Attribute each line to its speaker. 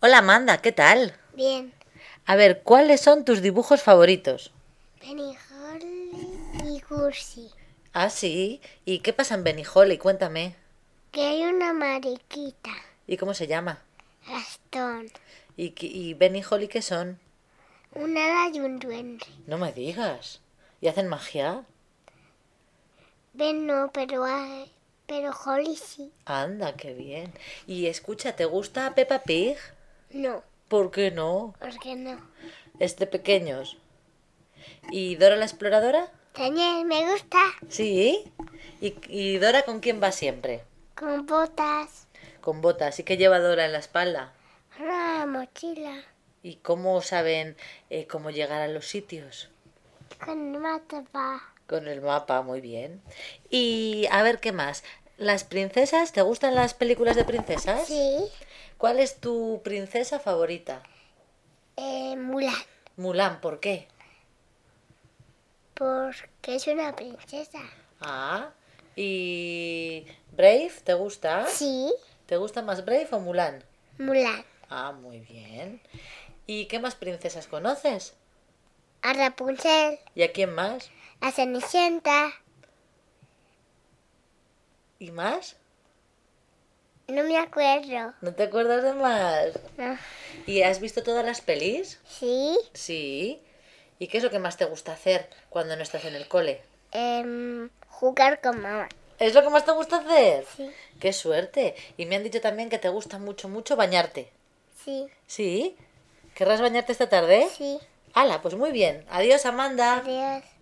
Speaker 1: Hola Amanda, ¿qué tal?
Speaker 2: Bien.
Speaker 1: A ver, ¿cuáles son tus dibujos favoritos?
Speaker 2: Beniholi y Cursi.
Speaker 1: Ah, sí. ¿Y qué pasa en Beniholi? Cuéntame.
Speaker 2: Que hay una mariquita.
Speaker 1: ¿Y cómo se llama?
Speaker 2: Gastón.
Speaker 1: ¿Y, qué- y Beniholi qué son?
Speaker 2: Un hada y un duende.
Speaker 1: No me digas. ¿Y hacen magia?
Speaker 2: Ben no, pero, hay- pero Holly sí.
Speaker 1: Anda, qué bien. Y escucha, ¿te gusta Peppa Pig?
Speaker 2: No,
Speaker 1: ¿Por qué no?
Speaker 2: porque no.
Speaker 1: Es de pequeños. ¿Y Dora la exploradora?
Speaker 2: Daniel, me gusta.
Speaker 1: Sí. ¿Y, y Dora con quién va siempre?
Speaker 2: Con botas.
Speaker 1: Con botas. ¿Y qué lleva Dora en la espalda?
Speaker 2: Una mochila.
Speaker 1: ¿Y cómo saben eh, cómo llegar a los sitios?
Speaker 2: Con matapa.
Speaker 1: Con el mapa, muy bien. Y a ver, ¿qué más? ¿Las princesas? ¿Te gustan las películas de princesas?
Speaker 2: Sí.
Speaker 1: ¿Cuál es tu princesa favorita?
Speaker 2: Eh, Mulan.
Speaker 1: Mulan, ¿por qué?
Speaker 2: Porque es una princesa.
Speaker 1: Ah, y Brave, ¿te gusta?
Speaker 2: Sí.
Speaker 1: ¿Te gusta más Brave o Mulan?
Speaker 2: Mulan.
Speaker 1: Ah, muy bien. ¿Y qué más princesas conoces?
Speaker 2: A Rapunzel.
Speaker 1: ¿Y a quién más?
Speaker 2: A Cenicienta.
Speaker 1: ¿Y más?
Speaker 2: No me acuerdo.
Speaker 1: ¿No te acuerdas de más?
Speaker 2: No.
Speaker 1: ¿Y has visto todas las pelis?
Speaker 2: Sí.
Speaker 1: Sí. ¿Y qué es lo que más te gusta hacer cuando no estás en el cole?
Speaker 2: Em, jugar con mamá.
Speaker 1: ¿Es lo que más te gusta hacer?
Speaker 2: Sí.
Speaker 1: ¡Qué suerte! Y me han dicho también que te gusta mucho, mucho bañarte.
Speaker 2: Sí.
Speaker 1: ¿Sí? ¿Querrás bañarte esta tarde?
Speaker 2: Sí.
Speaker 1: ¡Hala! Pues muy bien. Adiós, Amanda.
Speaker 2: Adiós.